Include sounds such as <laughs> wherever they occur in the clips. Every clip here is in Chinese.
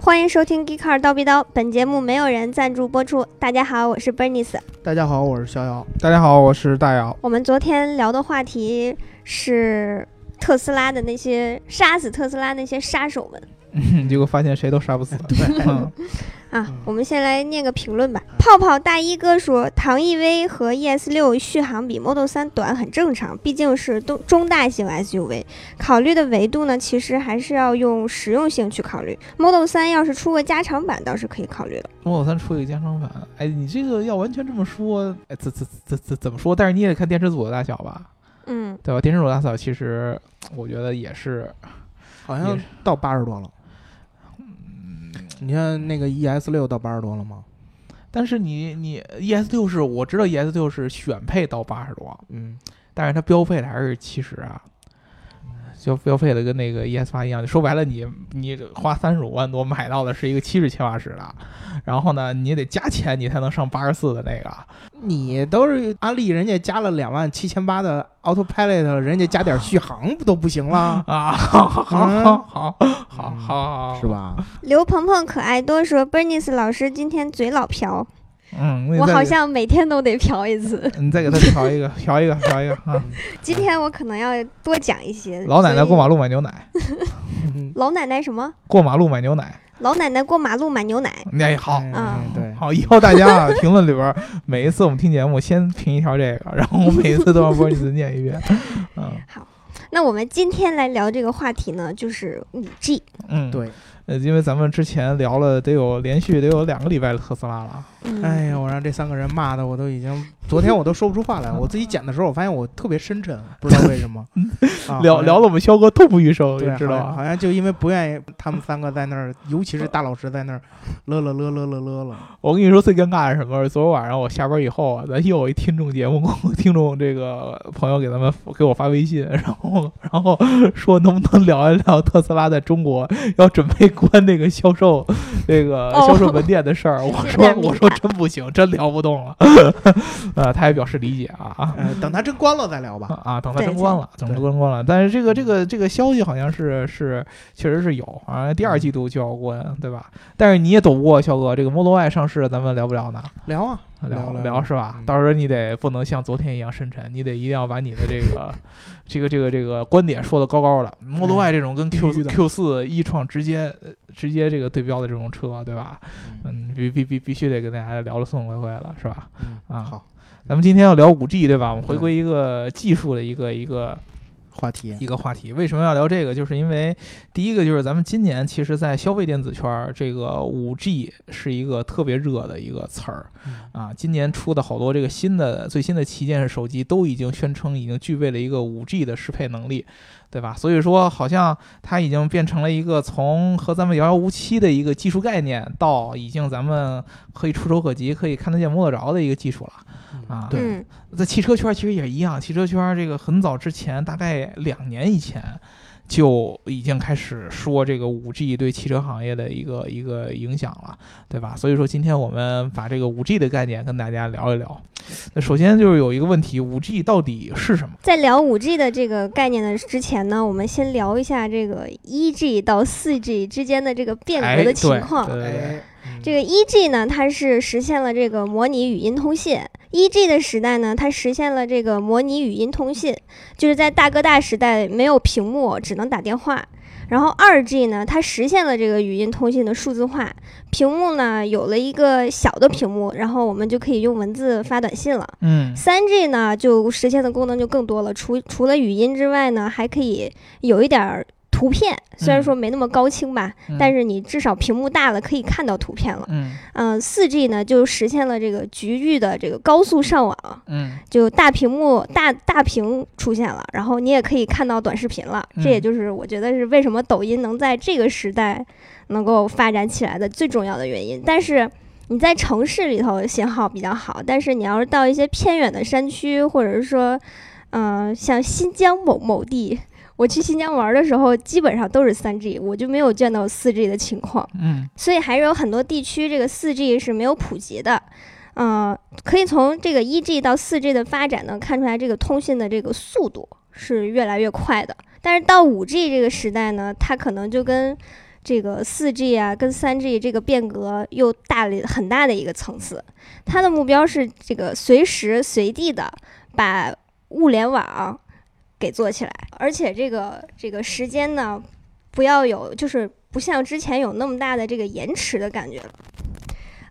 欢迎收听《Geeker 刀逼刀》，本节目没有人赞助播出。大家好，我是 Bernice。大家好，我是逍遥。大家好，我是大 <laughs> 姚。我们昨天聊的话题是特斯拉的那些杀死特斯拉那些杀手们结果发现谁都杀不死。嗯啊嗯。我们先来念个评论吧。泡泡大衣哥说，唐 EV 和 ES 六续航比 Model 3短很正常，毕竟是中中大型 SUV。考虑的维度呢，其实还是要用实用性去考虑。Model 3要是出个加长版，倒是可以考虑了。 Model 3出一个加长版，哎，你这个要完全这么说，哎，怎怎怎怎怎么说？但是你也得看电池组的大小吧，嗯，对吧？电池组大小其实我觉得也是，好也像是到八十多了。你看那个 E ES 六到八十多了吗？嗯但是你你 ES 六是我知道 ES 六是选配到八十多，嗯，但是它标配的还是七十啊。就标配的跟那个 ES 八一样，说白了你，你花三十五万多买到的是一个七十千瓦时的，然后呢，你得加钱你才能上八十四的那个，？你都是安利人家加了两万七千八的 Autopilot，人家加点续航不都不行了啊，好好好好好嗯好，是？吧？刘鹏鹏可爱多说，Bernice 老师今天嘴老瓢。嗯，那你我再好给像每天都得嫖一次， <laughs> 你再给他调一个，调一个，调一个 <laughs> 啊！今天我可能要多讲一些。老奶奶过马路，路买牛奶，嗯老奶奶什么？过马路买牛奶，老奶奶过马路买牛奶。哎，好。啊嗯对， <laughs> 好，以后大家啊，评论里边儿每一次我们听节目，先评一条这个，然后我每一次 <laughs> 都让波尼斯念一遍。嗯那我们今天来聊这个话题呢，就是五 G。嗯，对，呃，因为咱们之前聊了得有连续得有两个礼拜的特斯拉了，嗯哎呀，我让这三个人骂的我都已经，昨天我都说不出话来。我自己剪的时候，我发现我特别深沉，不知道为什么。啊 <laughs> 聊好像聊的我们肖哥痛不欲生，对，你知道好像好吧？像就因为不愿意他们三个在那儿，尤其是大老师在那儿，乐乐乐乐乐乐了。我跟你说最尴尬的是什么？昨天晚上我下班以后啊，咱又有一听众节目，听众这个朋友给咱们给我发微信， <laughs> 然后然后说能不能聊一聊特斯拉在中国要准备关那个销售这个哦销售门店的事儿。 <laughs> 我是说的明白我说真不行，真聊不动了。 <laughs> 呃，他也表示理解啊啊。呃，等他真关了再嗯聊吧。啊，等它对真关了，等它真关了。但是这个这个这个消息好像是是确实是有，好像嗯第二季度就要关，对吧？但是你也躲不过肖哥，这个 Model Y 上市，咱们聊不聊呢？聊啊，聊聊是吧？嗯到时候你得不能像昨天一样深沉，你得一定要把你的这个 <laughs> 这个这个这个观点说的高高的。Model Y 这种跟嗯 Q 必须的 Q 四一创直接直接这个对标的这种车，对吧？嗯，必必必必须得跟大家聊了送回回了，是吧？嗯啊好，咱们今天要聊五 G 对吧？我们回对归一个技术的一个一个话题。一个话题。为什么要聊这个？就是因为第一个就是咱们今年其实，在消费电子圈儿，这个五 G 是一个特别热的一个词儿嗯啊。今年出的好多这个新的最新的旗舰手机都已经宣称已经具备了一个五 G 的适配能力，对吧？所以说，好像它已经变成了一个从和咱们遥遥无期的一个技术概念，到已经咱们可以触手可及、可以看得见摸得着的一个技术了。啊对，嗯在汽车圈儿其实也一样，汽车圈儿这个很早之前，大概两年以前就已经开始说这个五 G 对汽车行业的一个一个影响了，对吧？所以说今天我们把这个五 G 的概念跟大家聊一聊。那首先就是有一个问题，五 G 到底是什么？在聊五 G 的这个概念的之前呢，我们先聊一下这个一 G 到四 G 之间的这个变哎，革的对情况。对对对哎，嗯这个一 G 呢，它是实现了这个模拟语音通信。一 G 的时代呢，它实现了这个模拟语音通信，就是在大哥大时代没有屏幕，只能打电话。然后二 G 呢，它实现了这个语音通信的数字化，屏幕呢有了一个小的屏幕，然后我们就可以用文字发短信了。嗯，三 G 呢，就实现的功能就更多了，除除了语音之外呢，还可以有一点儿图片，虽然说没那么高清吧，但是是你至少屏幕大了，可以看到图片了。嗯嗯，四 G 呢就实现了这个局域的这个高速上网，嗯就大屏幕大大屏出现了，然后你也可以看到短视频了。这也嗯就是我觉得是为什么抖音能在这个时代能够发展起来的最重要的原因。但是你在城市里头信号比较好，但是你要是到一些偏远的山区，或者是说，嗯、像新疆某某地。我去新疆玩的时候，基本上都是三 G，我就没有见到四 G 的情况。嗯所以还是有很多地区这个4 G 是没有普及的。嗯、可以从这个1 G 到4 G 的发展呢，看出来这个通信的这个速度是越来越快的。但是到5 G 这个时代呢，它可能就跟这个四 G 啊跟三 G 这个变革又大了很大的一个层次。它的目标是这个随时随地的把物联网给做起来，而且这个这个时间呢，不要有就是不像之前有那么大的这个延迟的感觉了。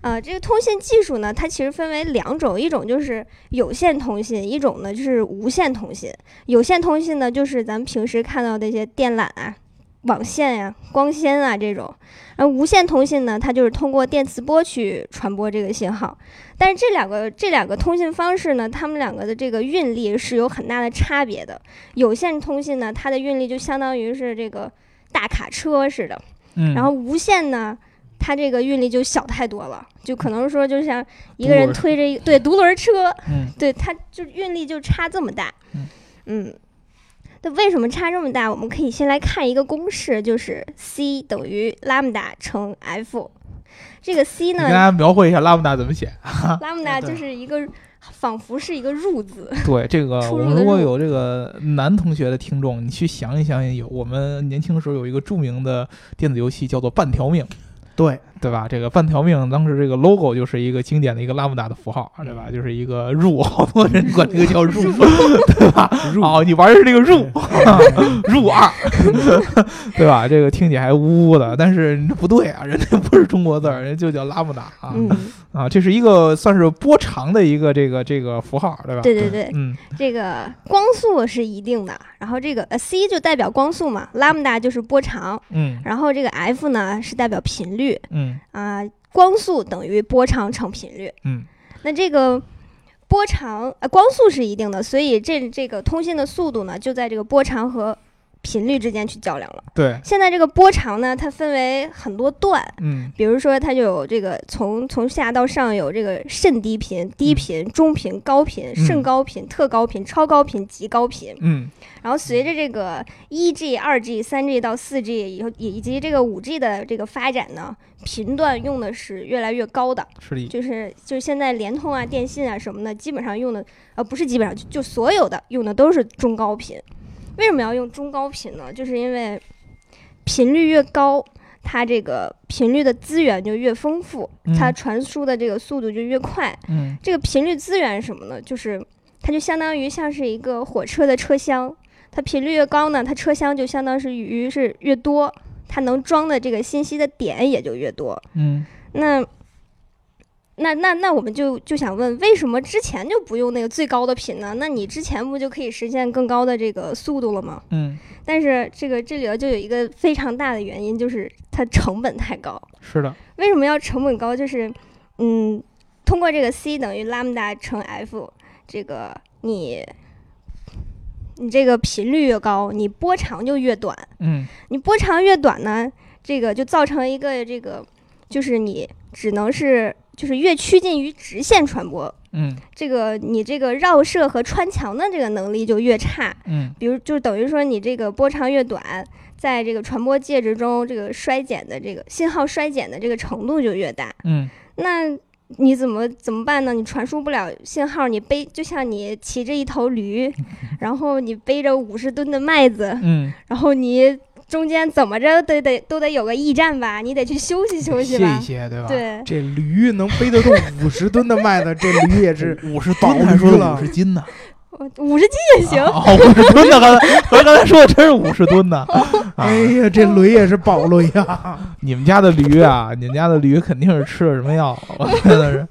呃，这个通信技术呢，它其实分为两种，一种就是有线通信，一种呢就是无线通信。有线通信呢，就是咱们平时看到的一些电缆啊、网线呀、光纤啊这种。而无线通信呢，它就是通过电磁波去传播这个信号。但是这两个这两个通信方式呢，它们两个的这个运力是有很大的差别的。有线通信呢，它的运力就相当于是这个大卡车似的，嗯，然后无线呢。它这个运力就小太多了，就可能说就像一个人独轮推着一 <laughs> 对独轮车，嗯对它就运力就差这么大嗯。嗯，那为什么差这么大？我们可以先来看一个公式，就是 c 等于拉姆达乘 f。这个 c 你呢跟大，哎家描绘一下拉姆达怎么写。拉姆达对就是一个仿佛是一个入字， <laughs> 对这个，出我入们的如果入有这个男同学的听众，你去想一想，有我们年轻的时候有一个著名的电子游戏叫做《半条命》，对，对吧？这个半条命当时这个 logo 就是一个经典的一个拉姆达的符号，对吧？就是一个入， <laughs> 好多人管这个叫入， <laughs> 对吧？入哦，你玩的是这个入啊 <laughs> 入二，对吧？这个听起来还呜呜的，但是这不对啊，人家不是中国字儿，人家就叫拉姆达啊、嗯，啊，这是一个算是波长的一个这个这个符号，对吧？对对对，嗯，这个光速是一定的，然后这个呃 c 就代表光速嘛，拉姆达就是波长，嗯然后这个 f 呢是代表频率，嗯啊、光速等于波长乘频率。嗯，那这个波长呃光速是一定的，所以这这个通信的速度呢，就在这个波长和频率之间去较量了。对，现在这个波长呢，它分为很多段。嗯比如说，它就有这个从从下到上有这个甚低频、低频、中频、高频、甚高频、特高频、超高频、极高频。嗯然后随着这个一 G、二 G、三 G 到四 G 以后，以以及这个五 G 的这个发展呢，频段用的是越来越高的，是的，就是就是现在联通啊、电信啊什么的，基本上用的呃不是基本上就就所有的用的都是中高频。为什么要用中高频呢？就是因为频率越高，它这个频率的资源就越丰富，它嗯传输的这个速度就越快。嗯这个频率资源是什么呢？就是它就相当于像是一个火车的车厢，它频率越高呢，它车厢就相当是于是越多，它能装的这个信息的点也就越多。嗯那那那那我们就就想问，为什么之前就不用那个最高的频呢？那你之前不就可以实现更高的这个速度了吗？嗯，但是这个这里头就有一个非常大的原因，就是它成本太高。是的，为什么要成本高？就是，嗯，通过这个 c 等于拉姆达乘 f，这个你，你这个频率越高，你波长就越短。嗯你波长越短呢，这个就造成一个这个，就是你只能是就是越趋近于直线传播，嗯这个你这个绕射和穿墙的这个能力就越差。嗯比如就等于说你这个波长越短，在这个传播介质中，这个衰减的这个信号衰减的这个程度就越大。嗯那你怎么怎么办呢？你传输不了信号，你背就像你骑着一头 <laughs> 驴，然后你背着五十吨的麦子，嗯，然后你中间怎么着得得都得有个驿站吧，你得去休息休息歇一吧。歇，对吧？对，这驴能背得动五十吨的麦子，这驴也是五十吨我还还说说了五十斤呢，我五十斤也行。啊哦，五十吨呢，刚才我刚才说的真是五十吨呢。哦啊哎，呀，这驴也是宝驴呀！你们家的驴啊，你们家的驴肯定是吃了什么药，我真的是，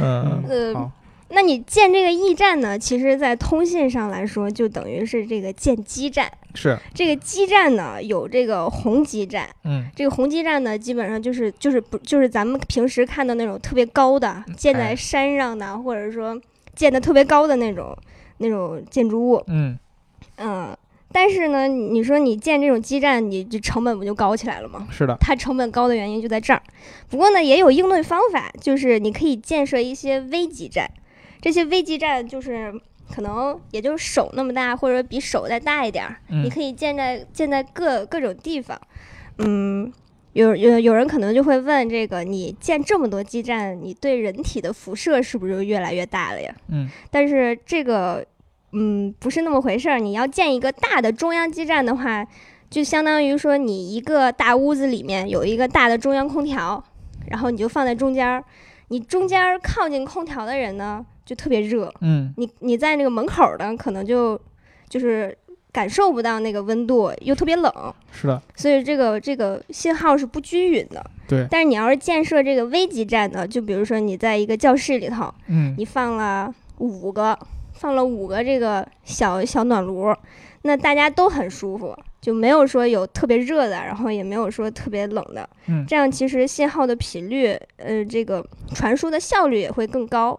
嗯呃好，那你建这个驿站呢？其实，在通信上来说，就等于是这个建基站。是，这个基站呢，有这个红基站。嗯这个红基站呢，基本上就是就是不就是咱们平时看到那种特别高的，建在哎山上的，或者说建的特别高的那种那种建筑物。嗯嗯，但是呢，你说你建这种基站，你这成本不就高起来了吗？是的，它成本高的原因就在这儿。不过呢，也有应对方法，就是你可以建设一些微基站，这些微基站就是可能也就是手那么大，或者比手再大一点儿，嗯你可以建在建在各各种地方。嗯，有有有人可能就会问，这个你建这么多基站，你对人体的辐射是不是就越来越大了呀？嗯但是这个，嗯，不是那么回事儿。你要建一个大的中央基站的话，就相当于说你一个大屋子里面有一个大的中央空调，然后你就放在中间儿，你中间儿靠近空调的人呢就特别热，嗯，你你在那个门口儿呢可能就就是感受不到那个温度，又特别冷，是的，所以这个这个信号是不均匀的。对但是你要是建设这个危级站呢，就比如说你在一个教室里头，嗯你放了五个，放了五个这个小小暖炉，那大家都很舒服，就没有说有特别热的，然后也没有说特别冷的。嗯这样其实信号的频率，呃，这个传输的效率也会更高。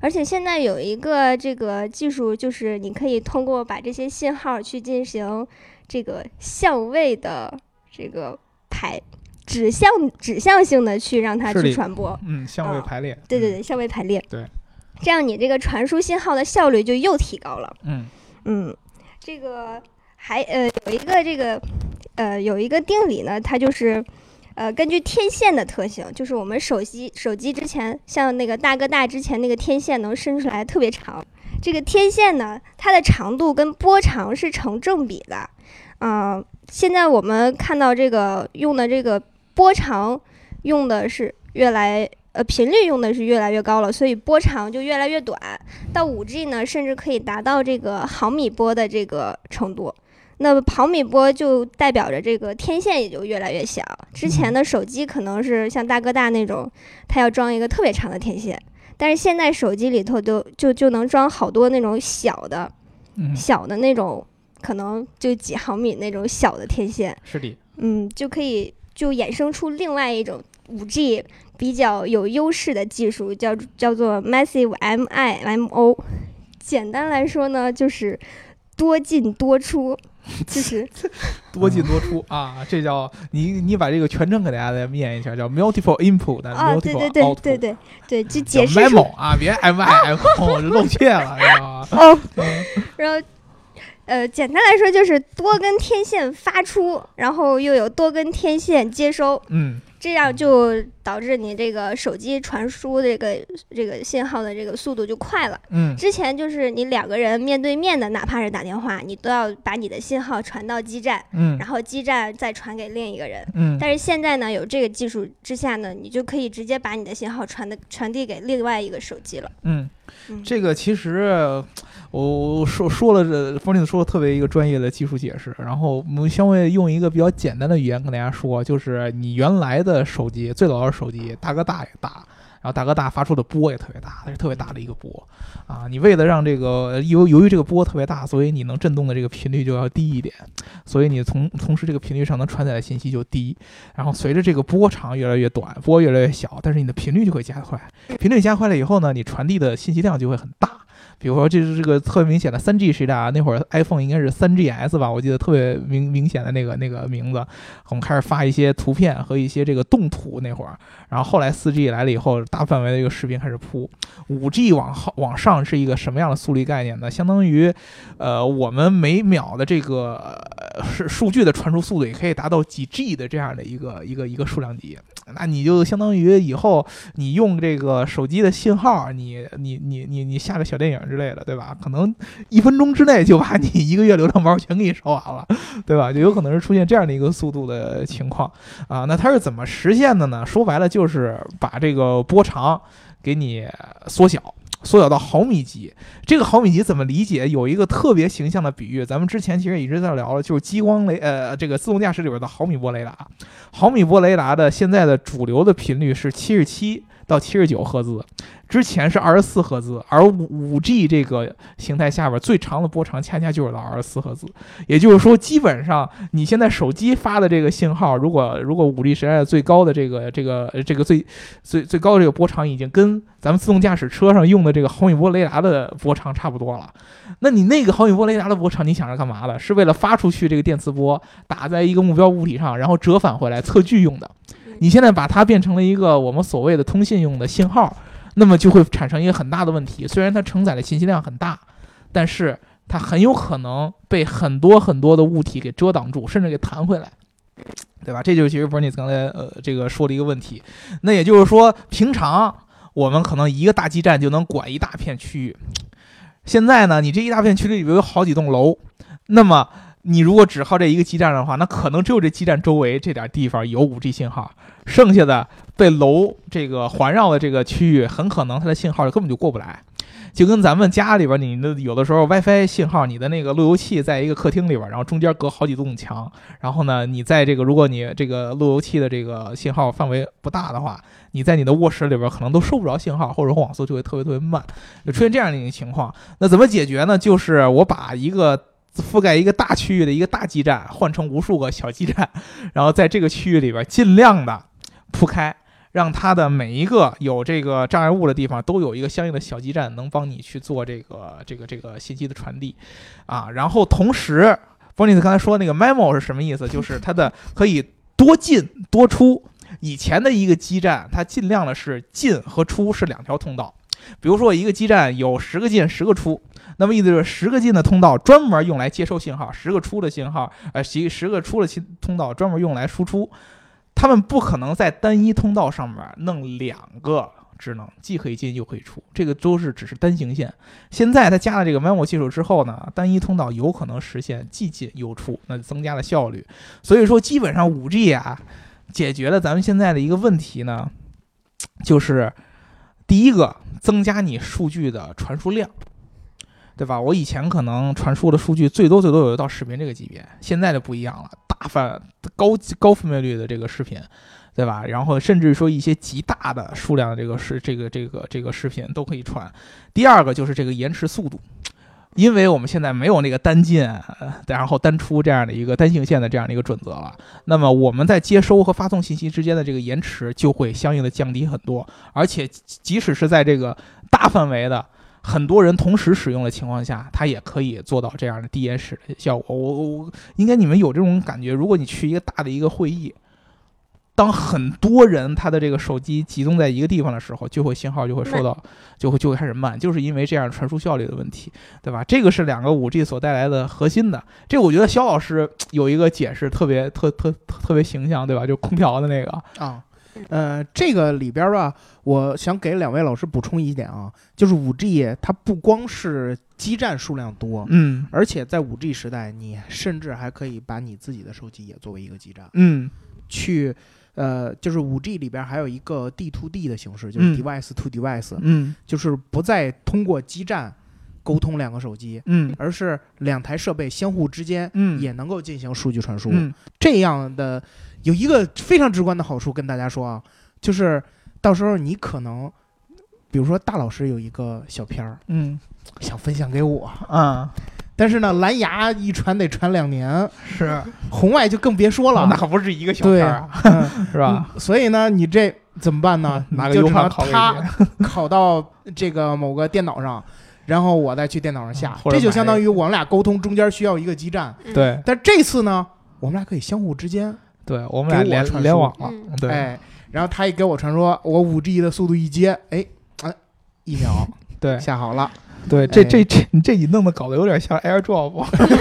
而且现在有一个这个技术，就是你可以通过把这些信号去进行这个相位的这个排指向指向性的去让它是去的传播。嗯，相位排列，哦对对对，相位排列。对，这样你这个传输信号的效率就又提高了。嗯，嗯，这个还呃有一个这个呃有一个定理呢，它就是呃根据天线的特性，就是我们手机手机之前像那个大哥大之前那个天线能伸出来特别长，这个天线呢它的长度跟波长是成正比的。嗯、现在我们看到这个用的这个波长用的是越来。呃，频率用的是越来越高了，所以波长就越来越短。到五 G 呢，甚至可以达到这个毫米波的这个程度。那么毫米波就代表着这个天线也就越来越小。之前的手机可能是像大哥大那种，它要装一个特别长的天线，但是现在手机里头就就就能装好多那种小的嗯，小的那种，可能就几毫米那种小的天线。是的，嗯，就可以就衍生出另外一种五 G 比较有优势的技术，叫叫做 Massive MIMO。简单来说呢，就是多进多出， <laughs> 就是多进多出啊，这叫你你把这个全称给大家再念一下，叫 multiple input 啊， and 对 multiple 对 output，对对对对，就叫解释出 memo 啊，别 m i m o 漏怯了，你知道吗？ <laughs> 哦，嗯然后。呃，简单来说就是多根天线发出，然后又有多根天线接收，嗯，这样就导致你这个手机传输这个这个信号的这个速度就快了。嗯，之前就是你两个人面对面的，哪怕是打电话，你都要把你的信号传到基站，嗯，然后基站再传给另一个人。嗯，但是现在呢，有这个技术之下呢，你就可以直接把你的信号传的传递给另外一个手机了。嗯嗯，这个其实呃我我说说了这 f o r t i n 说了特别一个专业的技术解释，然后我们相对用一个比较简单的语言跟大家说，就是你原来的手机最老的手机大哥大也大。然后大哥大发出的波也特别大，它是特别大的一个波，啊，你为了让这个呃由由于这个波特别大，所以你能震动的这个频率就要低一点，所以你从同时这个频率上能传载的信息就低，然后随着这个波长越来越短，波越来越小，但是你的频率就会加快，频率加快了以后呢，你传递的信息量就会很大。比如说，这是这个特别明显的3 G 时代啊，那会儿 iPhone 应该是 3GS 吧，我记得特别明明显的那个那个名字，我们开始发一些图片和一些这个动图那会儿，然后后来 4G 来了以后，大范围的一个视频开始铺，5G 往后往上是一个什么样的速率概念呢？相当于，呃，我们每秒的这个呃是数据的传输速度也可以达到几 G 的这样的一个一个一个数量级，那你就相当于以后你用这个手机的信号，你你你你你下个小电影之类的，对吧？可能一分钟之内就把你一个月流量包全给你烧完了，对吧？就有可能是出现这样的一个速度的情况啊。那它是怎么实现的呢？说白了就是把这个波长给你缩小。缩小到毫米级，这个毫米级怎么理解？有一个特别形象的比喻，咱们之前其实一直在聊了，就是激光雷呃这个自动驾驶里边的毫米波雷达。啊毫米波雷达的现在的主流的频率是七十七到七十九赫兹，之前是二十四赫兹，而五五 G 这个形态下边最长的波长恰恰就是到二十四赫兹，也就是说，基本上你现在手机发的这个信号，如果如果五 G 时代最高的这个这个呃这个最最最高的这个波长已经跟咱们自动驾驶车上用的这个毫米波雷达的波长差不多了，那你那个毫米波雷达的波长你想着干嘛的？是为了发出去这个电磁波，打在一个目标物体上，然后折返回来测距用的嗯。你现在把它变成了一个我们所谓的通信用的信号，那么就会产生一个很大的问题。虽然它承载的信息量很大，但是它很有可能被很多很多的物体给遮挡住，甚至给弹回来。对吧？这就是其实 Bernie 刚才呃这个说的一个问题。那也就是说，平常我们可能一个大基站就能管一大片区域，现在呢，你这一大片区域里边有好几栋楼，那么你如果只靠这一个基站的话，那可能只有这基站周围这点地方有 5G 信号，剩下的被楼这个环绕的这个区域，很可能它的信号根本就过不来。就跟咱们家里边，你的有的时候 WiFi 信号，你的那个路由器在一个客厅里边，然后中间隔好几栋墙，然后呢，你在这个如果你这个路由器的这个信号范围不大的话，你在你的卧室里边可能都收不着信号，或者说网速就会特别特别慢，就出现这样的一个情况。那怎么解决呢？就是我把一个覆盖一个大区域的一个大基站换成无数个小基站，然后在这个区域里边尽量的铺开，让它的每一个有这个障碍物的地方都有一个相应的小基站，能帮你去做这个这个这个信息的传递，啊，然后同时 b o n i s 刚才说那个 memo 是什么意思？就是它的可以多进多出。以前的一个基站，它尽量的是进和出是两条通道。比如说一个基站有十个进十个出，那么意思就是十个进的通道专门用来接收信号，十个出的信号，呃，十十个出的信通道专门用来输出。他们不可能在单一通道上面弄两个智能，既可以进又可以出，这个都是只是单行线。现在它加了这个 MIMO 技术之后呢，单一通道有可能实现既进又出，那就增加了效率。所以说，基本上 5G 啊，解决了咱们现在的一个问题呢，就是第一个增加你数据的传输量，对吧？我以前可能传输的数据最多最多有到视频这个级别，现在就不一样了，大范高高分辨率的这个视频。对吧？然后甚至说一些极大的数量的这个视这个这个这个视频都可以传。第二个就是这个延迟速度，因为我们现在没有那个单进呃然后单出这样的一个单行线的这样的一个准则了，那么我们在接收和发送信息之间的这个延迟就会相应的降低很多，而且即即使是在这个大范围的。很多人同时使用的情况下，它也可以做到这样的低延迟的效果。我我我，应该你们有这种感觉。如果你去一个大的一个会议，当很多人他的这个手机集中在一个地方的时候，就会信号就会受到，就会就会开始慢，就是因为这样传输效率的问题，对吧？这个是两个五 G 所带来的核心的。这我觉得肖老师有一个解释特别特特特特别形象，对吧？就空调的那个，啊。呃，这个里边儿吧，我想给两位老师补充一点啊，就是五 G 它不光是基站数量多，嗯而且在五 G 时代，你甚至还可以把你自己的手机也作为一个基站嗯去，呃，就是五 G 里边还有一个 D to D 的形式，就是嗯 device to device，、嗯就是不再通过基站沟通两个手机，嗯而是两台设备相互之间嗯也能够进行数据传输。嗯这样的有一个非常直观的好处跟大家说啊，就是到时候你可能，比如说大老师有一个小片儿嗯想分享给我，啊，但是呢，蓝牙一传得传两年，是。红外就更别说了。那可不是一个小片儿啊，嗯是吧？所以呢，你这怎么办呢？ <laughs> 拿你个就 U 只能盘拷他一 <laughs> 拷到这个某个电脑上，然后我再去电脑上下嗯，或者这就买相一当个于我们俩沟通中间需要一个基站。嗯，对但这次呢，我们俩可以相互之间对，我们俩给我联传输联网了嗯，对哎，然后他一给我传说，我五 G 的速度一接，哎，哎，一秒 <laughs> 对下好了，对，这这这你这你弄得搞得有点像 AirDrop， <laughs>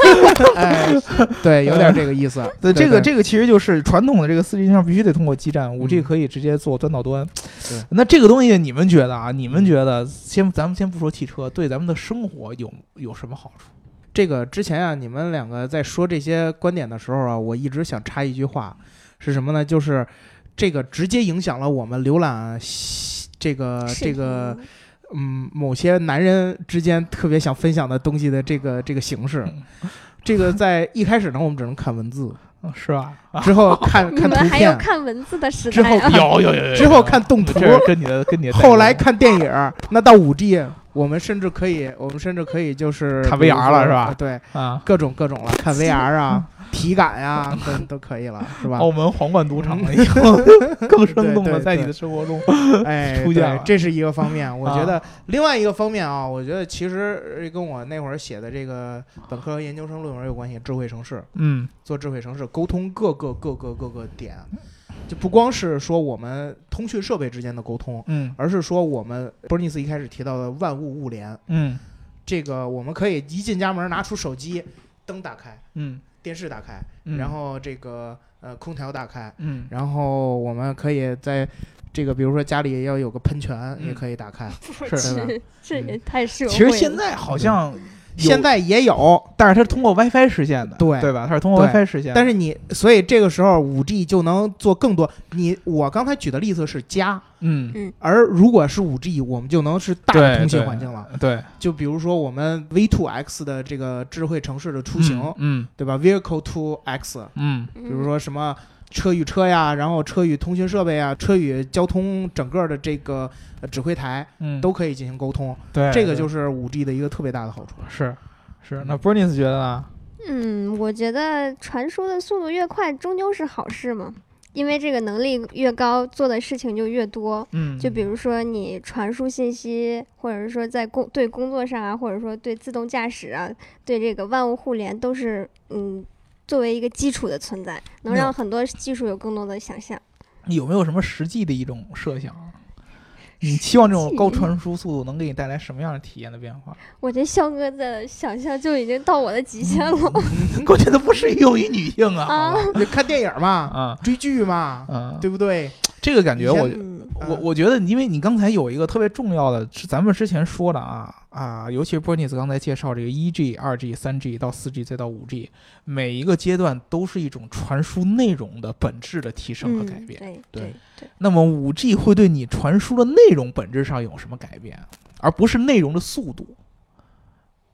哎，对，有点这个意思。对，这个 <laughs> 对这个其实就是传统的这个四 G 信号必须得通过基站，五 G 嗯可以直接做端到端对。那这个东西你们觉得啊？你们觉得先咱们先不说汽车，对咱们的生活有有什么好处？这个之前啊，你们两个在说这些观点的时候啊，我一直想插一句话，是什么呢？就是这个直接影响了我们浏览西这个视呃这个频嗯某些男人之间特别想分享的东西的这个这个形式。这个在一开始呢，我们只能看文 <laughs> 字，嗯是吧？之后 <laughs> 看嗯你看们图还有片，看文字的时之代后啊， <laughs> 有有有嗯之后看动图，这是跟你的跟你的代沟后来看电影儿，那到五 G，我们甚至可以，我们甚至可以就是 <laughs> 看比如 VR 说了是吧呃对，啊，各种各种了， <laughs> 看 VR 啊，体感呀、都都可以了，是 <laughs> 吧？澳门皇冠赌 <laughs> 场已经更生动对了，对在你对的生活中。哎，出现了啊对，这是一个方面。我觉得另外一个方面啊，我觉得其实呃跟我那会儿写的这个本科和研究生论文有关系，智慧城市。嗯做智慧城市，沟通各个各个各个点，就不光是说我们通讯设备之间的沟通，嗯而是说我们 Bernice 一开始提到的万物物联，嗯这个我们可以一进家门拿出手机，灯打开，嗯，电视打开，嗯然后这个呃空调打开，嗯然后我们可以在这个比如说家里要有个喷泉嗯 <laughs> 也可以打开，我是的去这也太社会了。其实现在好像现在也有，但是它是通过 WiFi 实现的，对对吧？它是通过对 WiFi 实现的，但是是你所以这个时候五 G 就能做更多。你我刚才举的例子是家，嗯，而如果是五 G，我们就能是大对的通信对环境了。对，就比如说我们 V2X 的这个智慧城市的出行，嗯对吧？Vehicle to X，嗯比如说什么车与车呀，然后车与通讯设备啊，车与交通整个的这个呃指挥台嗯，都可以进行沟通，对，这个就是是五 G 的一个特别大的好处。是是。那 Bernice 觉得呢？嗯，我觉得传输的速度越快，终究是好事嘛，因为这个能力越高，做的事情就越多。嗯，就比如说你传输信息，或者是说在工对工作上啊，或者说对自动驾驶啊，对这个万物互联都是嗯作为一个基础的存在，能那让很多技术有更多的想象。有没有什么实际的一种设想？啊你期望这种际高传输速度能给你带来什么样的体验的变化？ <laughs> 嗯我这肖哥的想象就已经到我的极限了。关键它不适用于女性啊啊你看电影嘛，啊追剧嘛，啊！对不对？这个感觉我以嗯，我我觉得，因为你刚才有一个特别重要的，是咱们之前说的啊啊，尤其是波尼斯刚才介绍这个一 G、二 G、三 G 到四 G 再到五 G，每一个阶段都是一种传输内容的本质的提升和改嗯对变。对对对，那么五 G 会对你传输的内容本质上有什么改变，而不是内容的速度？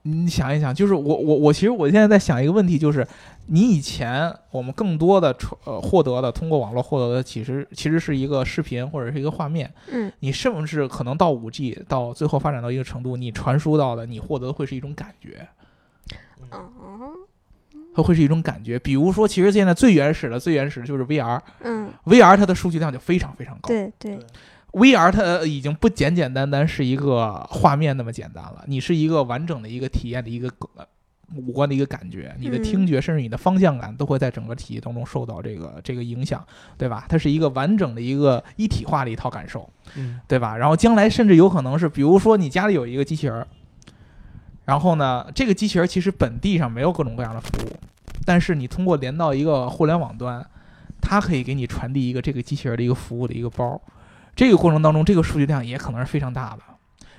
你想一想，就是我我我其实我现在在想一个问题，就是你以前我们更多的传呃获得的通过网络获得的，其实其实是一个视频或者是一个画面，嗯你甚至可能到五 G 到最后发展到一个程度，你传输到的你获得的会是一种感觉，哦，它会是一种感觉。比如说，其实现在最原始的最原始的就是 VR，VR 嗯，它的数据量就非常非常高。对对， VR 它已经不简简单单是一个画面那么简单了，你是一个完整的一个体验的一个呃五官的一个感觉，你的嗯听觉甚至你的方向感都会在整个体验当中受到这个这个影响，对吧？它是一个完整的一个一体化的一套感受，嗯对吧？然后将来甚至有可能是，比如说你家里有一个机器人儿，然后呢，这个机器人儿其实本地上没有各种各样的服务，但是你通过连到一个互联网端，它可以给你传递一个这个机器人儿的一个服务的一个包儿。这个过程当中，这个数据量也可能是非常大的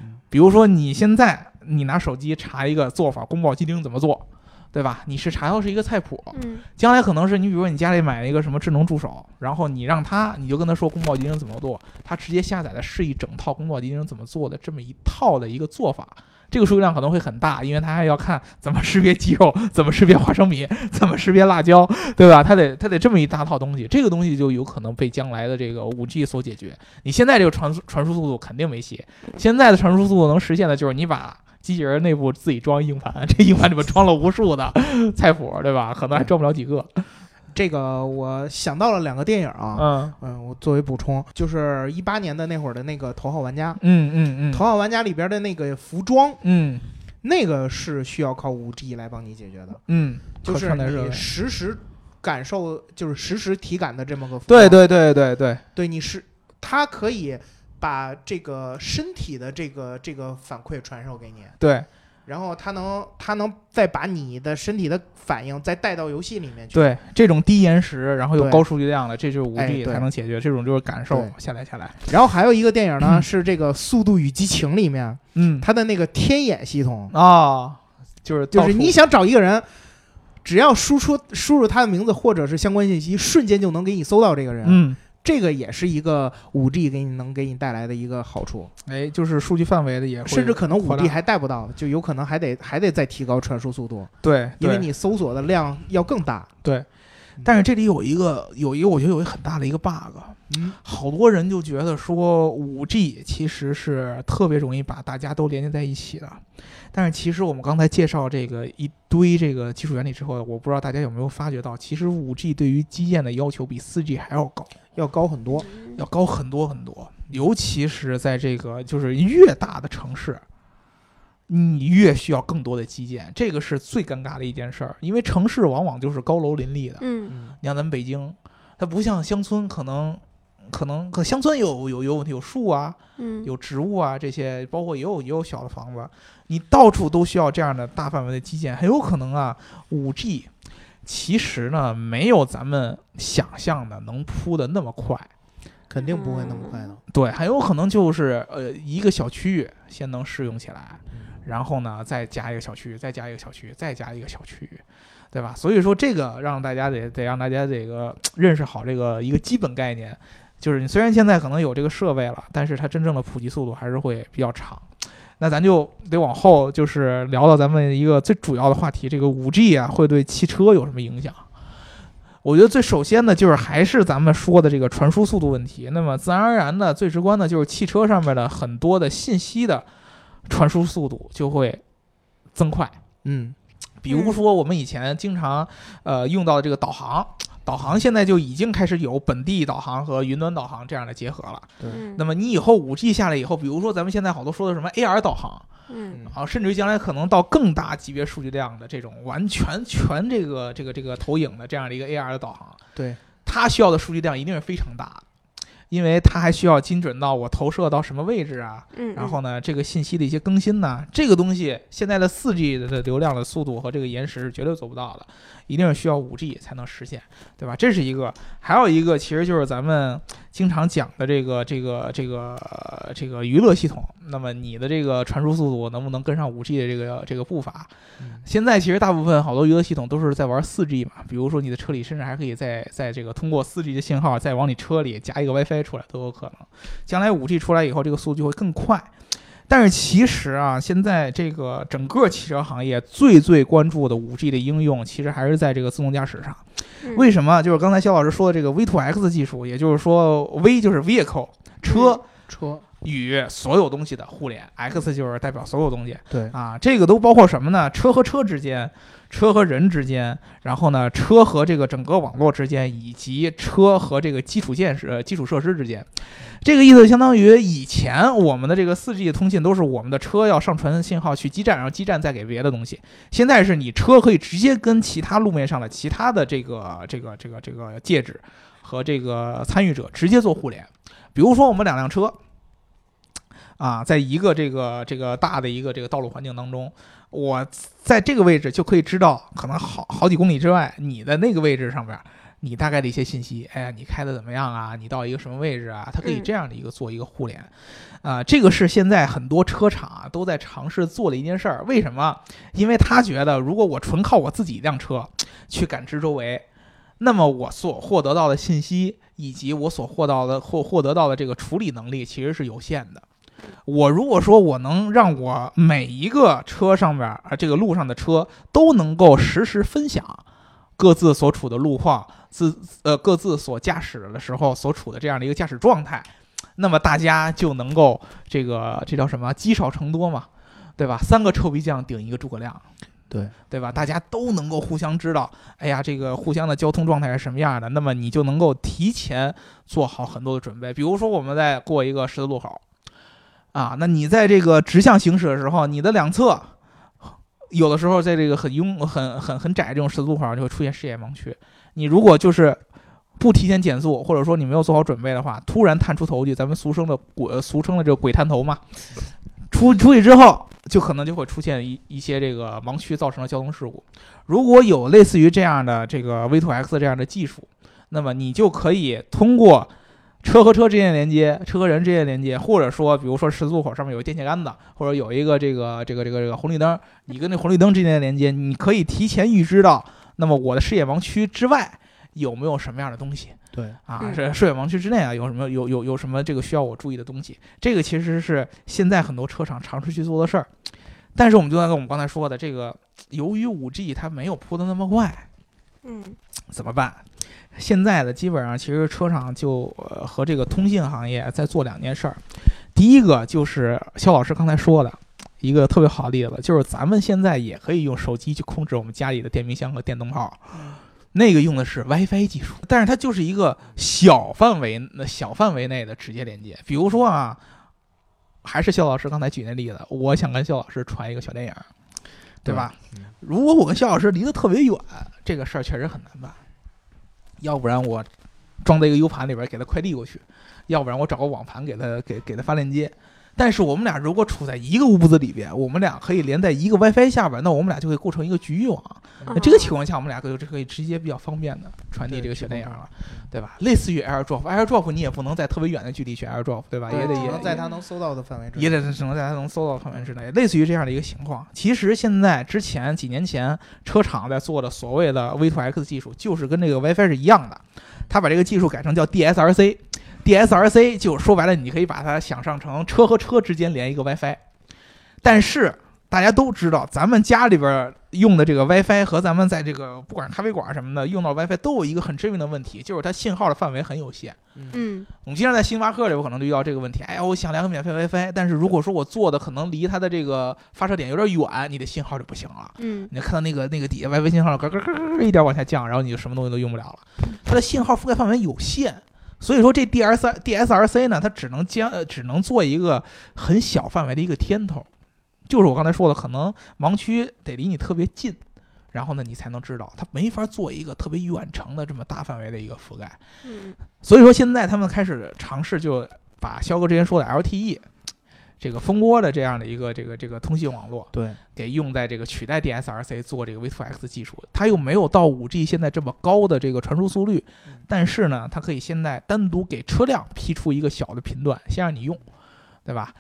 嗯。比如说你现在你拿手机查一个做法，宫保鸡丁怎么做，对吧？你是查到是一个菜谱，嗯将来可能是你，比如说你家里买了一个什么智能助手，然后你让他，你就跟他说宫保鸡丁怎么做，他直接下载的是一整套宫保鸡丁怎么做的这么一套的一个做法。这个数据量可能会很大，因为他还要看怎么识别鸡肉，怎么识别花生米，怎么识别辣椒，对吧？他得他得这么一大套东西，这个东西就有可能被将来的这个五 G 所解决。你现在这个传输传输速度肯定没戏，现在的传输速度能实现的就是你把机器人内部自己装硬盘，这硬盘里面装了无数的菜谱，对吧？可能还装不了几个。这个我想到了两个电影啊，嗯嗯，我作为补充，就是一八年的那会儿的那个《头号玩家》，嗯嗯嗯，头号玩家》里边的那个服装，嗯那个是需要靠五 G 来帮你解决的，嗯，就可是穿戴设你备实时感受，就是实时体感的这么个服装。对对对对对，对，你是它可以把这个身体的这个这个反馈传授给你，对然后它能它能再把你的身体的反应再带到游戏里面去。对，这种低延时，然后又对高数据量的，这就是五哎 G 对才能解决，这种就是感受对下来下来，然后还有一个电影呢，嗯是这个《速度与激情》里面嗯它的那个天眼系统，啊，就是就到是处你想找一个人。只要输出输入他的名字或者是相关信息，瞬间就能给你搜到这个人。嗯，这个也是一个五 G 给你能给你带来的一个好处，哎，就是数据范围的也会甚至可能五扩 G 大还带不到，就有可能还得还得再提高传输速度，对，因为对你搜索的量要更大。但是这里有一个有一个我觉得有一个很大的一个 bug，嗯，好多人就觉得说五 G 其实是特别容易把大家都连接在一起的，但是其实我们刚才介绍这个一堆这个技术原理之后，我不知道大家有没有发觉到，其实五 G 对于基建的要求比四 G 还要高，要高很多。要高很多很多，尤其是在这个就是越大的城市。你越需要更多的基建，这个是最尴尬的一件事儿，因为城市往往就是高楼林立的，嗯嗯，你像咱们北京，它不像乡村，可能可能可乡村有有有有树啊，嗯，有植物啊这些，包括也有也有小的房子，你到处都需要这样的大范围的基建，很有可能啊，五 G 其实呢没有咱们想象的能铺的那么快。肯定不会那么快的。对，很有可能就是呃一个小区域先能适用起来，然后呢再加一个小区域，再加一个小区域，再加一个小区域，对吧？所以说这个让大家得得让大家这个认识好这个一个基本概念，就是你虽然现在可能有这个设备了，但是它真正的普及速度还是会比较长。那咱就得往后就是聊到咱们一个最主要的话题，这个五 G 啊会对汽车有什么影响？我觉得最首先呢，就是还是咱们说的这个传输速度问题。那么自然而然的，最直观的就是汽车上面的很多的信息的传输速度就会增快。嗯，比如说我们以前经常呃用到的这个导航，导航现在就已经开始有本地导航和云端导航这样的结合了。对，嗯那么你以后五 G 下来以后，比如说咱们现在好多说的什么 AR 导航，嗯啊，甚至于将来可能到更大级别数据量的这种完全全这个这个这个投影的这样的一个 AR 的导航，对，它需要的数据量一定是非常大的，因为它还需要精准到我投射到什么位置啊，嗯，然后呢，这个信息的一些更新呢，这个东西现在的 4G 的流量的速度和这个延时是绝对做不到的，一定是需要 5G 才能实现，对吧？这是一个，还有一个其实就是咱们经常讲的这个这个这个、呃这个娱乐系统，那么你的这个传输速度能不能跟上 5G 的这个这个步伐？嗯现在其实大部分好多娱乐系统都是在玩 4G 嘛，比如说你的车里甚至还可以在在这个通过 4G 的信号再往你车里加一个 WiFi 出来都有可能。将来 5G 出来以后，这个速度就会更快。但是其实啊，现在这个整个汽车行业最最关注的 5G 的应用，其实还是在这个自动驾驶上。嗯为什么？就是刚才肖老师说的这个 V2X 技术，也就是说 V 就是 vehicle 车车与所有东西的互联，X 就是代表所有东西。对，啊，这个都包括什么呢？车和车之间，车和人之间，然后呢，车和这个整个网络之间，以及车和这个基础建设、基础设施之间。这个意思相当于以前我们的这个 4G 通信都是我们的车要上传信号去基站，然后基站再给别的东西。现在是你车可以直接跟其他路面上的其他的这个这个这个这个介质和这个参与者直接做互联。比如说我们两辆车，啊，在一个这个这个大的一个这个道路环境当中，我在这个位置就可以知道，可能好好几公里之外，你的那个位置上边儿，你大概的一些信息，哎呀，你开的怎么样啊？你到一个什么位置啊？它可以嗯这样的一个做一个互联，啊，这个是现在很多车厂啊都在尝试做的一件事儿。为什么？因为他觉得，如果我纯靠我自己一辆车去感知周围，那么我所获得到的信息以及我所获到的获获得到的这个处理能力其实是有限的。我如果说我能让我每一个车上边儿啊这个路上的车都能够实时分享各自所处的路况，自呃各自所驾驶的时候所处的这样的一个驾驶状态，那么大家就能够这个这叫什么积少成多嘛，对吧？三个臭皮匠顶一个诸葛亮。对对吧？大家都能够互相知道，哎呀，这个互相的交通状态是什么样的，那么你就能够提前做好很多的准备。比如说，我们在过一个十字路口，啊，那你在这个直向行驶的时候，你的两侧有的时候在这个很拥、很很很窄这种十字路口上就会出现视野盲区。你如果就是不提前减速，或者说你没有做好准备的话，突然探出头去，咱们俗称的鬼，俗称的这个鬼探头嘛，出出去之后，就可能就会出现一一些这个盲区造成的交通事故。如果有类似于这样的这个 V2X 这样的技术，那么你就可以通过车和车之间的连接、车和人之间的连接，或者说，比如说十字路口上面有电线杆子，或者有一个这个这个这个这个红绿灯，你跟那红绿灯之间的连接，你可以提前预知到，那么我的视野盲区之外有没有什么样的东西。对，啊，嗯是视野盲区之内啊，有什么有有有什么这个需要我注意的东西？这个其实是现在很多车厂尝试去做的事儿，但是我们就像我们刚才说的，这个由于5 G 它没有铺的那么快，嗯怎么办？现在的基本上其实车厂就呃和这个通信行业在做两件事儿，第一个就是肖老师刚才说的一个特别好的例子，就是咱们现在也可以用手机去控制我们家里的电冰箱和电灯泡。那个用的是 WiFi 技术，但是它就是一个小范围、小范围内的直接连接。比如说啊，还是肖老师刚才举那例子，我想跟肖老师传一个小电影儿，对吧？对嗯如果我跟肖老师离得特别远，这个事儿确实很难办。要不然我装在一个 U 盘里边儿给他快递过去，要不然我找个网盘给他给给他发链接。但是我们俩如果处在一个屋子里边，我们俩可以连在一个 WiFi 下边，那我们俩就可以构成一个局域网。那哦这个情况下，我们俩可就可以直接比较方便的传递对这个去小电影公众了，对吧？类似于 AirDrop，AirDrop 你也不能在特别远的距离去 AirDrop，对吧？对也得只也能在他能搜到的范围之也内。得是只能在它能搜到范围之内，类似于这样的一个情况。其实现在之前几年前，车厂在做的所谓的 V2X 技术，就是跟这个 WiFi 是一样的，它把这个技术改成叫 DSRC。DSRC 就说白了，你可以把它想象成车和车之间连一个 WiFi，但是大家都知道，咱们家里边儿用的这个 WiFi 和咱们在这个不管是咖啡馆什么的用到 WiFi 都有一个很致命的问题，就是它信号的范围很有限。嗯我们经常在星巴克里，我可能就遇到这个问题。哎呀，我想连个免费 WiFi，但是如果说我坐的可能离它的这个发射点有点远，你的信号就不行了。嗯你看到那个那个底下 WiFi 信号咯咯咯咯咯一点往下降，然后你就什么东西都用不了了。它的信号覆盖范围有限，所以说这 DSR DSRC 呢，它只能将呃只能做一个很小范围的一个天头，就是我刚才说的，可能盲区得离你特别近。然后呢，你才能知道，它没法做一个特别远程的这么大范围的一个覆盖。嗯所以说现在他们开始尝试，就把肖哥之前说的 LTE 这个蜂窝的这样的一个这个这个通信网络，对，给用在这个取代 DSRC 做这个 V2X 技术。它又没有到 5G 现在这么高的这个传输速率嗯，但是呢，它可以现在单独给车辆批出一个小的频段，先让你用，对吧？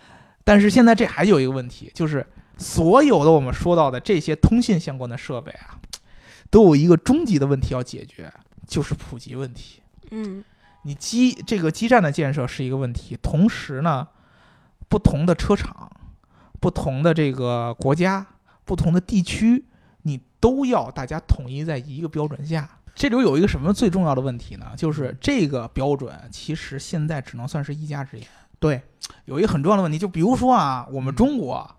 但是现在这还有一个问题，就是所有的我们说到的这些通信相关的设备啊，都有一个终极的问题要解决，就是普及问题。嗯你基这个基站的建设是一个问题，同时呢，不同的车厂、不同的这个国家、不同的地区，你都要大家统一在一个标准下。这里有一个什么最重要的问题呢？就是这个标准其实现在只能算是一家之言。对，有一个很重要的问题，就比如说啊，我们中国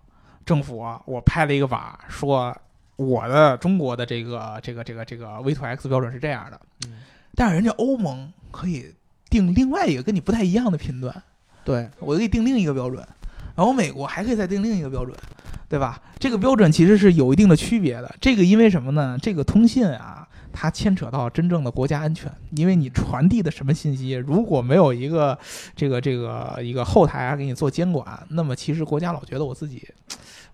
政府啊，我拍了一个板儿说我的中国的这个这个这个这个 V2X 标准是这样的，嗯但是人家欧盟可以定另外一个跟你不太一样的频段，对，我可以定另一个标准，然后美国还可以再定另一个标准，对吧？这个标准其实是有一定的区别的。这个因为什么呢？这个通信啊，它牵扯到真正的国家安全，因为你传递的什么信息，如果没有一个这个这个一个后台啊给你做监管，那么其实国家老觉得我自己。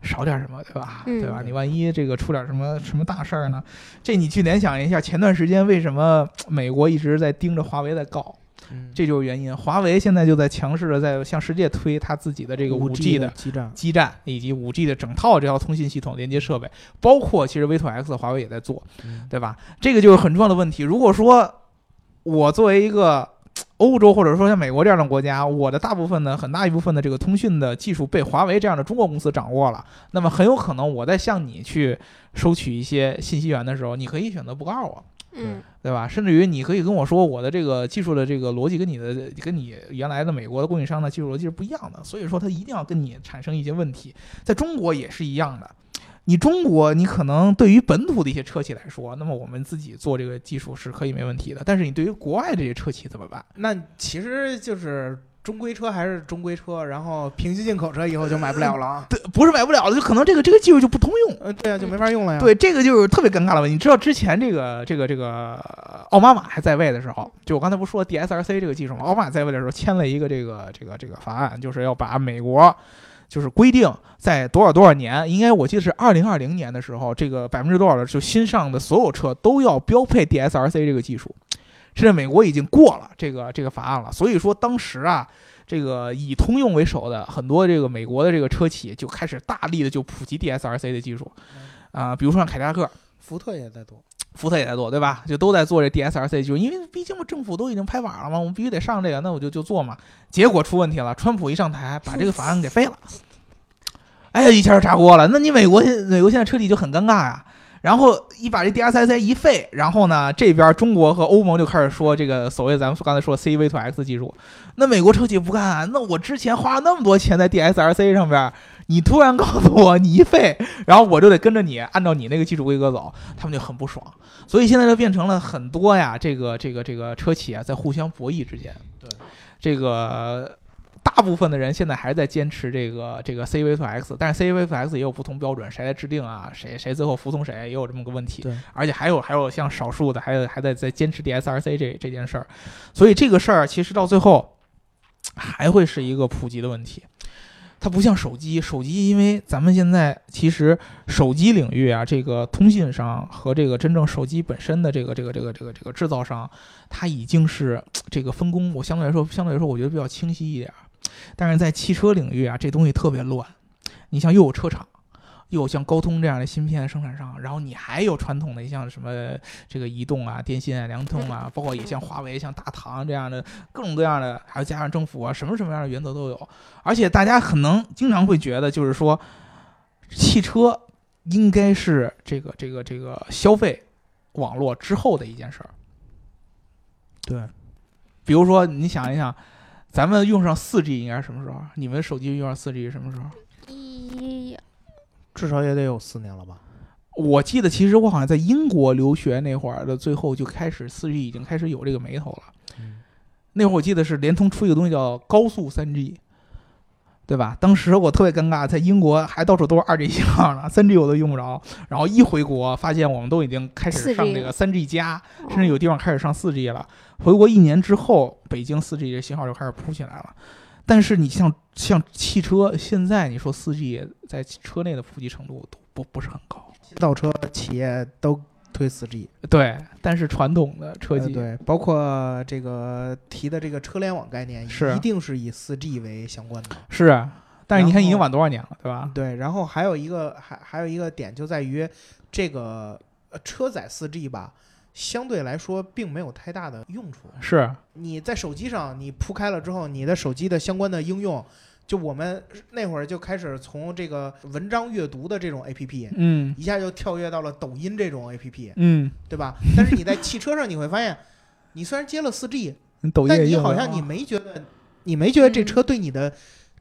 少点什么，对吧？嗯对吧？你万一这个出点什么什么大事儿呢？这你去联想一下，前段时间为什么美国一直在盯着华为在告？嗯这就是原因。华为现在就在强势的在向世界推它自己的这个五 G 的基站，基站，以及五 G 的整套这套通信系统连接设备，包括其实 V2X 华为也在做，嗯对吧？这个就是很重要的问题。如果说我作为一个嘖欧洲或者说像美国这样的国家，我的大部分呢，很大一部分的这个通讯的技术被华为这样的中国公司掌握了，那么很有可能我在向你去收取一些信息源的时候，你可以选择不告诉我。嗯对吧？甚至于你可以跟我说，我的这个技术的这个逻辑跟你的跟你原来的美国的供应商的技术逻辑是不一样的，所以说它一定要跟你产生一些问题。在中国也是一样的，你中国你可能对于本土的一些车企来说，那么我们自己做这个技术是可以没问题的，但是你对于国外这些车企怎么办？那其实就是中规车还是中规车，然后平行进口车以后就买不了了 <laughs> 啊。对，不是买不了的，就可能这个这个技术就不通用。嗯，对啊，就没法用了呀。，对，这个就是特别尴尬的问题。你知道之前这个这个这个呃奥巴马还在位的时候，就我刚才不是说 DSRC 这个技术吗？奥巴马在位的时候签了一个这个这个这个法案，就是要把美国就是规定在多少多少年，应该我记得是二零二零年的时候，这个百分之多少的就新上的所有车都要标配 DSRC 这个技术。甚至美国已经过了这个这个法案了，所以说当时啊，这个以通用为首的很多这个美国的这个车企就开始大力的就普及 DSRC 的技术，啊、比如说像凯迪拉克，福特也在做。福特也在做，对吧？就都在做这 DSRC 技术，因为毕竟嘛，政府都已经拍板了嘛，我们必须得上这个，那我就就做嘛。结果出问题了，川普一上台，把这个法案给废了，哎呀，一下就炸锅了。那你美国现美国现在彻底就很尴尬呀、然后一把这 DSRC 一废，然后呢，这边中国和欧盟就开始说这个所谓咱们刚才说 CV2X 技术，那美国车企不干啊，那我之前花了那么多钱在 DSRC 上边，你突然告诉我你一废，然后我就得跟着你按照你那个技术规格走，他们就很不爽。所以现在就变成了很多呀，这个这个这个车企啊，在互相博弈之间。对，这个大部分的人现在还在坚持这个这个 CV2X，但是 CV2X 也有不同标准，谁来制定啊？谁谁最后服从谁，也有这么个问题。对，而且还有还有像少数的，还有还在在坚持 DSRC 这这件事儿，所以这个事儿其实到最后还会是一个普及的问题。它不像手机，手机因为咱们现在其实手机领域啊，这个通信商和这个真正手机本身的这个这个这个这个这个制造商，它已经是这个分工，我相对来说相对来说我觉得比较清晰一点儿。但是在汽车领域啊，这东西特别乱，你像又有车厂。又有像高通这样的芯片生产商，然后你还有传统的像什么这个移动啊、电信啊、联通啊，包括也像华为、像大唐这样的各种各样的，还有加上政府啊，什么什么样的原则都有。而且大家可能经常会觉得，就是说，汽车应该是这个这个这个消费网络之后的一件事儿。对，比如说你想一想，咱们用上四 G 应该是什么时候？你们手机用上四 G 什么时候？一至少也得有四年了吧？我记得，其实我好像在英国留学那会儿的最后就开始四 G 已经开始有这个眉头了。嗯那会儿我记得是联通出一个东西叫高速三 G，对吧？当时我特别尴尬，在英国还到处都是二 G 信号呢，三 G 我都用不着。然后一回国，发现我们都已经开始 4G 上这个三 G 加，甚至哦有地方开始上四 G 了。回国一年之后，北京四 G 的信号就开始铺起来了。但是你像像汽车，现在你说四 G 在车内的普及程度都不不是很高。造车企业都推四 G，对，但是传统的车呃机，对，包括这个提的这个车联网概念，是一定是以四 G 为相关的。是啊，但是你看然后已经晚多少年了，对吧？对，然后还有一个还还有一个点就在于这个呃车载四 G 吧，相对来说并没有太大的用处。是，你在手机上你铺开了之后，你的手机的相关的应用，就我们那会儿就开始从这个文章阅读的这种 APP，嗯一下就跳跃到了抖音这种 APP，嗯，对吧？但是你在汽车上你会发现，你虽然接了 4G，嗯抖音但也你用好了像你啊没觉得，你没觉得这车对你的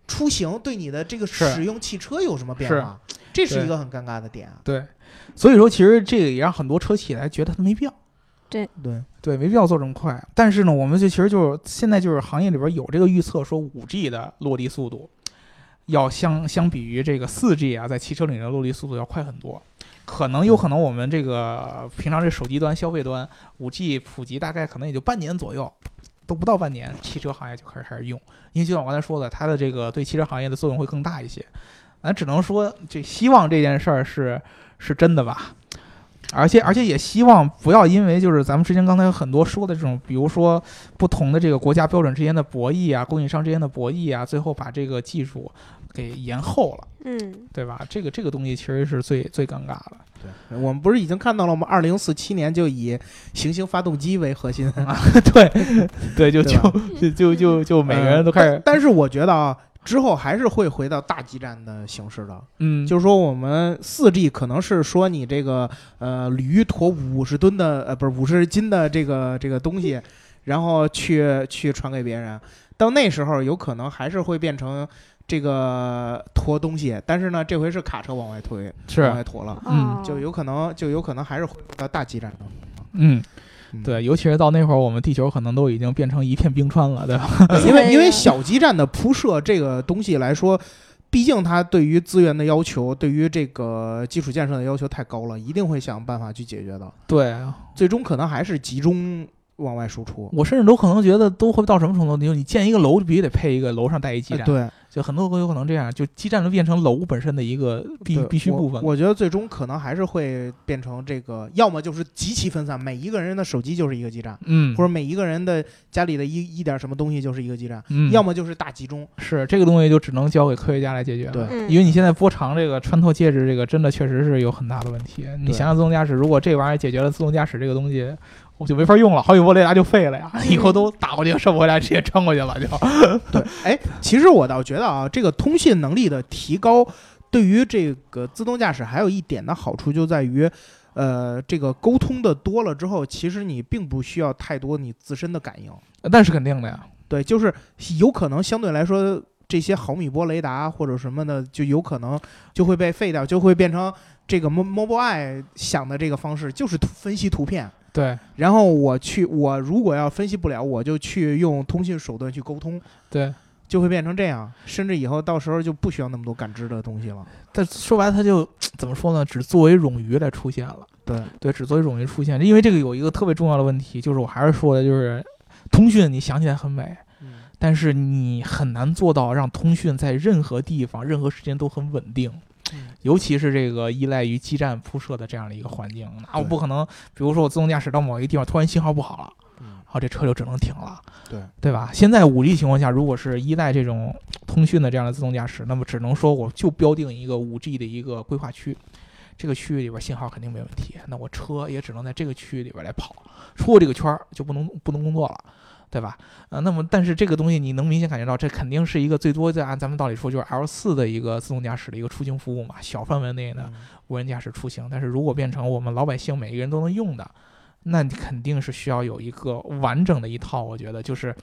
出行、对你的这个是使用汽车有什么变是化？这是对一个很尴尬的点啊。对，所以说其实这个也让很多车企来觉得它没必要，对，对，没必要做这么快。但是呢，我们就其实就是现在就是行业里边有这个预测，说五 G 的落地速度要相相比于这个四 G 啊，在汽车领域的落地速度要快很多。可能有可能我们这个平常这手机端、消费端五 G 普及大概可能也就半年左右，都不到半年，汽车行业就开始开始用。因为就像我刚才说的，它的这个对汽车行业的作用会更大一些。咱只能说，这希望这件事儿是是真的吧。而且而且也希望不要因为就是咱们之前刚才有很多说的这种，比如说不同的这个国家标准之间的博弈啊，供应商之间的博弈啊，最后把这个技术给延后了，嗯，对吧？这个这个东西其实是最最尴尬的。对我们不是已经看到了吗？二零四七年就以行星发动机为核心，对 <laughs> 对，就对吧就就就就每个人都嗯开但始，但是我觉得啊，之后还是会回到大基站的形式的。嗯，就是说，我们四 G 可能是说你这个呃驴驮五十吨的呃不是五十斤的这个这个东西，然后去去传给别人。到那时候有可能还是会变成这个驮东西，但是呢，这回是卡车往外推，往是外驮了，嗯哦就有可能就有可能还是回到大基站上。嗯，嗯对，尤其是到那会儿，我们地球可能都已经变成一片冰川了，对吧？ <laughs> 因为因对为呀小基站的铺设这个东西来说，毕竟它对于资源的要求，对于这个基础建设的要求太高了，一定会想办法去解决的。对，最终可能还是集中往外输出。我甚至都可能觉得都会到什么程度，就你建一个楼就必须得配一个楼上带一基站，呃，对，就很多都有可能这样，就基站都变成楼本身的一个必对必须我部分了。我觉得最终可能还是会变成这个，要么就是极其分散，每一个人的手机就是一个基站，嗯，或者每一个人的家里的一一点什么东西就是一个基站，嗯，要么就是大集中。是这个东西就只能交给科学家来解决了。对嗯因为你现在波长这个穿透介质这个真的确实是有很大的问题。你想想自动驾驶，如果这玩意儿解决了自动驾驶这个东西，我就没法用了，好几波雷达就废了呀，以后都打过去射不回来，直接穿过去了就。 <laughs> 对，哎，其实我倒觉得啊，这个通信能力的提高，对于这个自动驾驶还有一点的好处就在于，呃，这个沟通的多了之后，其实你并不需要太多你自身的感应。那是肯定的呀，对，就是有可能相对来说，这些毫米波雷达或者什么的，就有可能就会被废掉，就会变成这个 Mo- Mobileye 想的这个方式，就是图分析图片。对然后我去，我如果要分析不了，我就去用通信手段去沟通。对。就会变成这样，甚至以后到时候就不需要那么多感知的东西了。但说白了，它就怎么说呢？只作为冗余来出现了。对对，只作为冗余出现，嗯因为这个有一个特别重要的问题，就是我还是说的，就是通讯，你想起来很美，但是你很难做到让通讯在任何地方、任何时间都很稳定。嗯尤其是这个依赖于基站铺设的这样的一个环境，那我对不可能，比如说我自动驾驶到某一个地方，突然信号不好了，嗯然后这车就只能停了，对对吧？现在五 G 情况下，如果是依赖这种通讯的这样的自动驾驶，那么只能说我就标定一个五 G 的一个规划区，这个区域里边信号肯定没问题，那我车也只能在这个区域里边来跑，出了这个圈儿就不能不能工作了。对吧？呃，那么但是这个东西你能明显感觉到，这肯定是一个最多就按咱们道理说就是 L 四的一个自动驾驶的一个出行服务嘛，小范围内的嗯无人驾驶出行。但是如果变成我们老百姓每一个人都能用的，那你肯定是需要有一个完整的一套，我觉得就是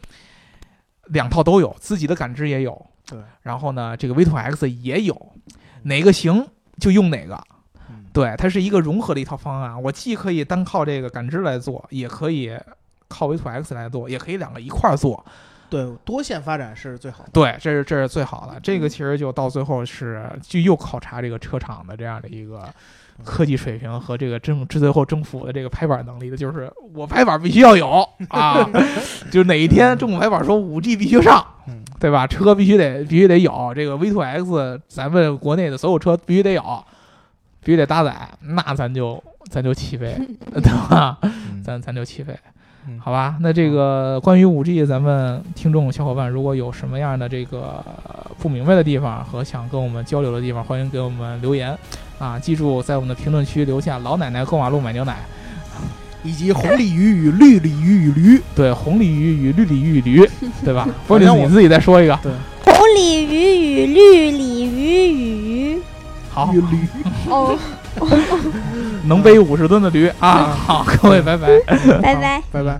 两套都有，自己的感知也有，对，然后呢，这个 V2X 也有，哪个行就用哪个。嗯对，它是一个融合的一套方案。啊我既可以单靠这个感知来做，也可以靠 V2X 来做，也可以两个一块儿做。对，多线发展是最好的。对，这是这是最好的。这个其实就到最后是就又考察这个车厂的这样的一个嗯科技水平和这个政这最后政府的这个拍板能力的，就是我拍板必须要有哦啊， <laughs> 就是哪一天政府拍板说五 G 必须上，嗯，对吧？车必须得必须得有，这个 V2X 咱们国内的所有车必须得有，必须得搭载，那咱就咱就起飞，对吧？咱咱就起飞嗯。好吧，那这个关于五 G，咱们听众小伙伴如果有什么样的这个呃不明白的地方和想跟我们交流的地方，欢迎给我们留言啊！记住在我们的评论区留下“老奶奶过马路买牛奶以及红鲤鱼与绿鲤鱼与驴，”，对，红鲤鱼与绿鲤鱼与驴，<laughs> 对吧？不是反正你我自己再说一个，红鲤鱼与绿鲤鱼与鱼。 <laughs> 好与，驴。哦，能背五十吨的驴啊！好，各位拜拜。拜拜。拜拜。